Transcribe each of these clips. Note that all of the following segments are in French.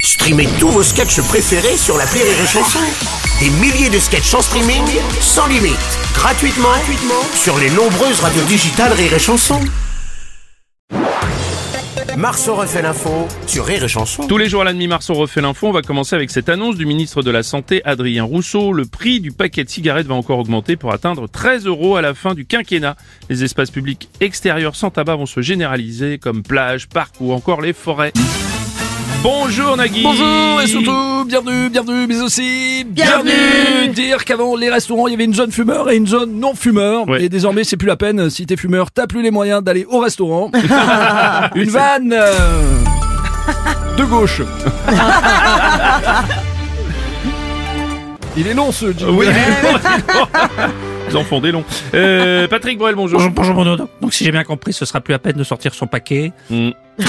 Streamez tous vos sketchs préférés sur la Rire et Chanson. Des milliers de sketchs en streaming, sans limite, gratuitement, gratuitement sur les nombreuses radios digitales Rire et Chanson. Marceau refait l'info sur Rire et Chanson. Tous les jours à la demi-mars, on refait l'info. On va commencer avec cette annonce du ministre de la Santé, Adrien Rousseau. Le prix du paquet de cigarettes va encore augmenter pour atteindre 13 euros à la fin du quinquennat. Les espaces publics extérieurs sans tabac vont se généraliser, comme plages, parcs ou encore les forêts. Bonjour Nagui Bonjour et surtout, bienvenue, bienvenue, mais aussi bienvenue Dire qu'avant les restaurants, il y avait une zone fumeur et une zone non fumeur. Ouais. Et désormais, c'est plus la peine. Si t'es fumeur, t'as plus les moyens d'aller au restaurant. une vanne euh, de gauche. Il est long ce jingle. Oui, Ils en font des longs. Euh, Patrick Bruel, bonjour. Bonjour, bonjour Bruno. Donc si j'ai bien compris, ce sera plus à peine de sortir son paquet. Mm.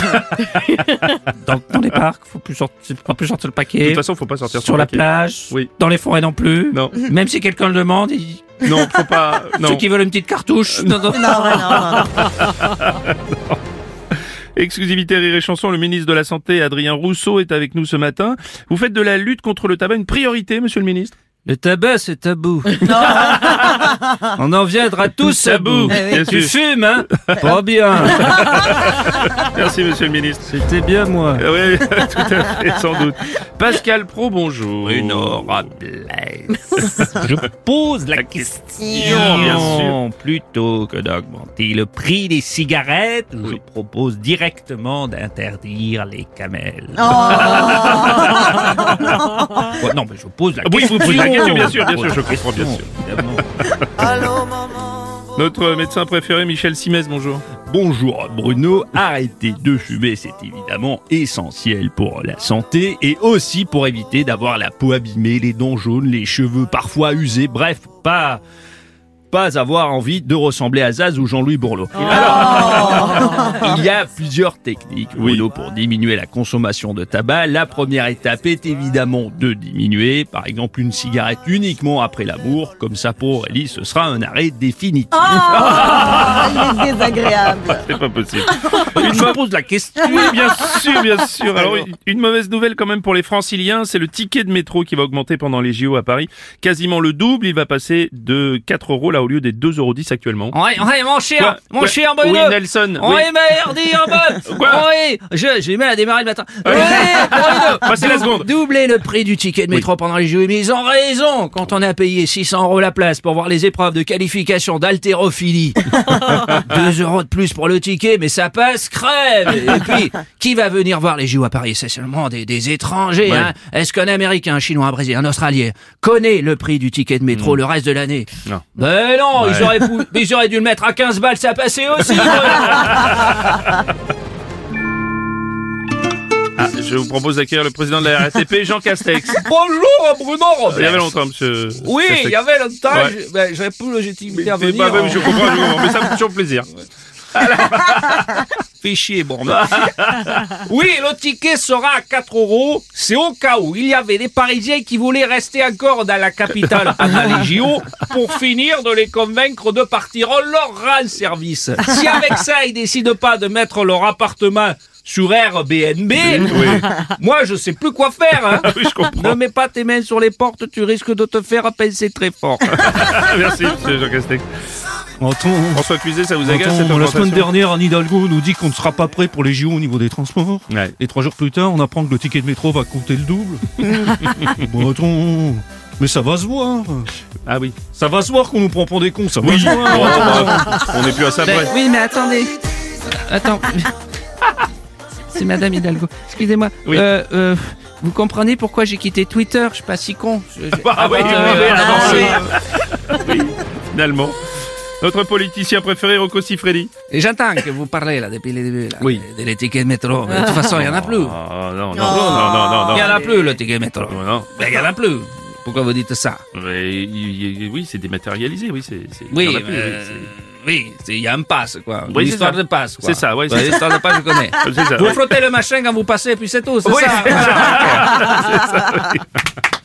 Dans, dans les parcs, faut plus sortir, faut plus sortir le De paquet. toute façon, faut pas sortir sur la paquet. plage, Oui. dans les forêts non plus. Non. Même si quelqu'un le demande, il- Non, faut pas. Non. Euh, ceux qui veulent une petite cartouche. non, non. Exclusivité Rire et Chanson, le ministre de la Santé, Adrien Rousseau, est avec nous ce matin. Vous faites de la lutte contre le tabac une priorité, monsieur le ministre Le tabac, c'est tabou. On en viendra tous à Tabou, bout. bien Tu sûr. fumes, hein Pas bien. Merci, monsieur le ministre. C'était bien moi. Ah Oui, tout à fait, sans doute. Pascal Pro, bonjour. Bruno Robles. Je pose la question, bien sûr. plutôt que d'augmenter le prix des cigarettes, je propose directement d'interdire les camels. Ouais, non, mais je pose la Oui, question. vous posez la question, bien sûr, bien sûr, je comprends, bien sûr. Évidemment. Notre médecin préféré, Michel Simès, bonjour. Bonjour Bruno, arrêter de fumer c'est évidemment essentiel pour la santé et aussi pour éviter d'avoir la peau abîmée, les dents jaunes, les cheveux parfois usés, bref, pas pas avoir envie de ressembler à Zaz ou Jean-Louis Bourlot. Alors, il y a plusieurs techniques Bruno, pour diminuer la consommation de tabac. La première étape est évidemment de diminuer, par exemple, une cigarette uniquement après l'amour. Comme ça, pour Aurélie, ce sera un arrêt définitif. il est désagréable. C'est pas possible. Je pose la question. Oui, bien sûr, bien sûr. Alors, une- une mauvaise nouvelle quand même pour les franciliens, c'est le ticket de métro qui va augmenter pendant les JO à Paris. Quasiment le double, il va passer de 4 euros là au lieu des 2,10 euros actuellement. Ouais, ouais, mon cher, Quoi mon Quoi cher Bruno. Oui, Nelson. On oui. est merdi en mode Quoi Oui, je, j'ai mal à démarrer le matin. Ah oui. Ouais, Bruno, Passez la dou- seconde. Doubler le prix du ticket de métro pendant les Jeux, mais ils ont raison quand on a payé 600 euros la place pour voir les épreuves de qualification d'haltérophilie. 2 euros de plus pour le ticket, mais ça passe crève. Et puis, qui va venir voir les JO à Paris C'est seulement des, des étrangers. Ouais. hein. Est-ce qu'un Américain, un Chinois, un Brésilien, un Australien connaît le prix du ticket de métro le reste de l'année Hmm. Non. Ben non, Ouais. ils, auraient pou- ils auraient dû le mettre à 15 balles, ça passait aussi. Bruno. Ah, je vous propose d'accueillir le président de la RATP, Jean Castex. Bonjour Bruno Il y avait longtemps, monsieur. Oui, Castex. il y avait longtemps, Ouais. je- ben, j'avais plus légitimité à C'est venir. hein. pas même, je comprends, je comprends, mais ça me fait toujours plaisir. Fais chier, bon. oui, le ticket sera à 4 euros. C'est au cas où il y avait des Parisiens qui voulaient rester encore dans la capitale pendant les JO pour finir de les convaincre de partir. On leur rend service. Si avec ça, ils décident pas de mettre leur appartement sur Airbnb, moi, je sais plus quoi faire. hein. Oui, je comprends. Ne mets pas tes mains sur les portes, tu risques de te faire pincer très fort. Ah, Merci, monsieur Jean Castex. François Cuiset, ça vous agace cette Attends, la semaine augmentation dernière, Anne Hidalgo nous dit qu'on ne sera pas prêt pour les JO au niveau des transports. Ouais. Et trois jours plus tard, on apprend que le ticket de métro va compter le double. bon, attends, mais ça va se voir. Ah oui. Ça va se voir qu'on nous prend pour des cons, ça va Oui, se bon, voir. attends, bah, on n'est plus à ça près. Ben, oui, mais attendez. Attends. C'est Madame Hidalgo. Excusez-moi. Oui. Euh, euh, vous comprenez pourquoi j'ai quitté Twitter Je suis pas si con. Je- je- Ah oui, avant oui, de- oui, Bah, d'avancer. avant- Oui, finalement. Notre politicien préféré, Rocco Siffredi. Et J'entends que vous parlez là depuis le début là, Oui. de, de tickets de métro. Mais De toute façon, il y en a plus. Oh, non, non, non, non, non, non. Il y en a plus le ticket de métro. Non, non. Ben, Il y en a plus. Pourquoi vous dites ça Mais il- il- oui, c'est dématérialisé, oui. c'est c'est- il y Oui, en a plus, euh, c'est- oui, c'est- il y a un pass, quoi. Oui, c'est L'histoire ça. de passe, quoi. C'est ça, ouais, Ben, c'est ça. L'histoire de passe, je connais. c'est ça. Vous oui. frottez le machin quand vous passez, puis c'est tout, c'est Oui, ça. c'est ça.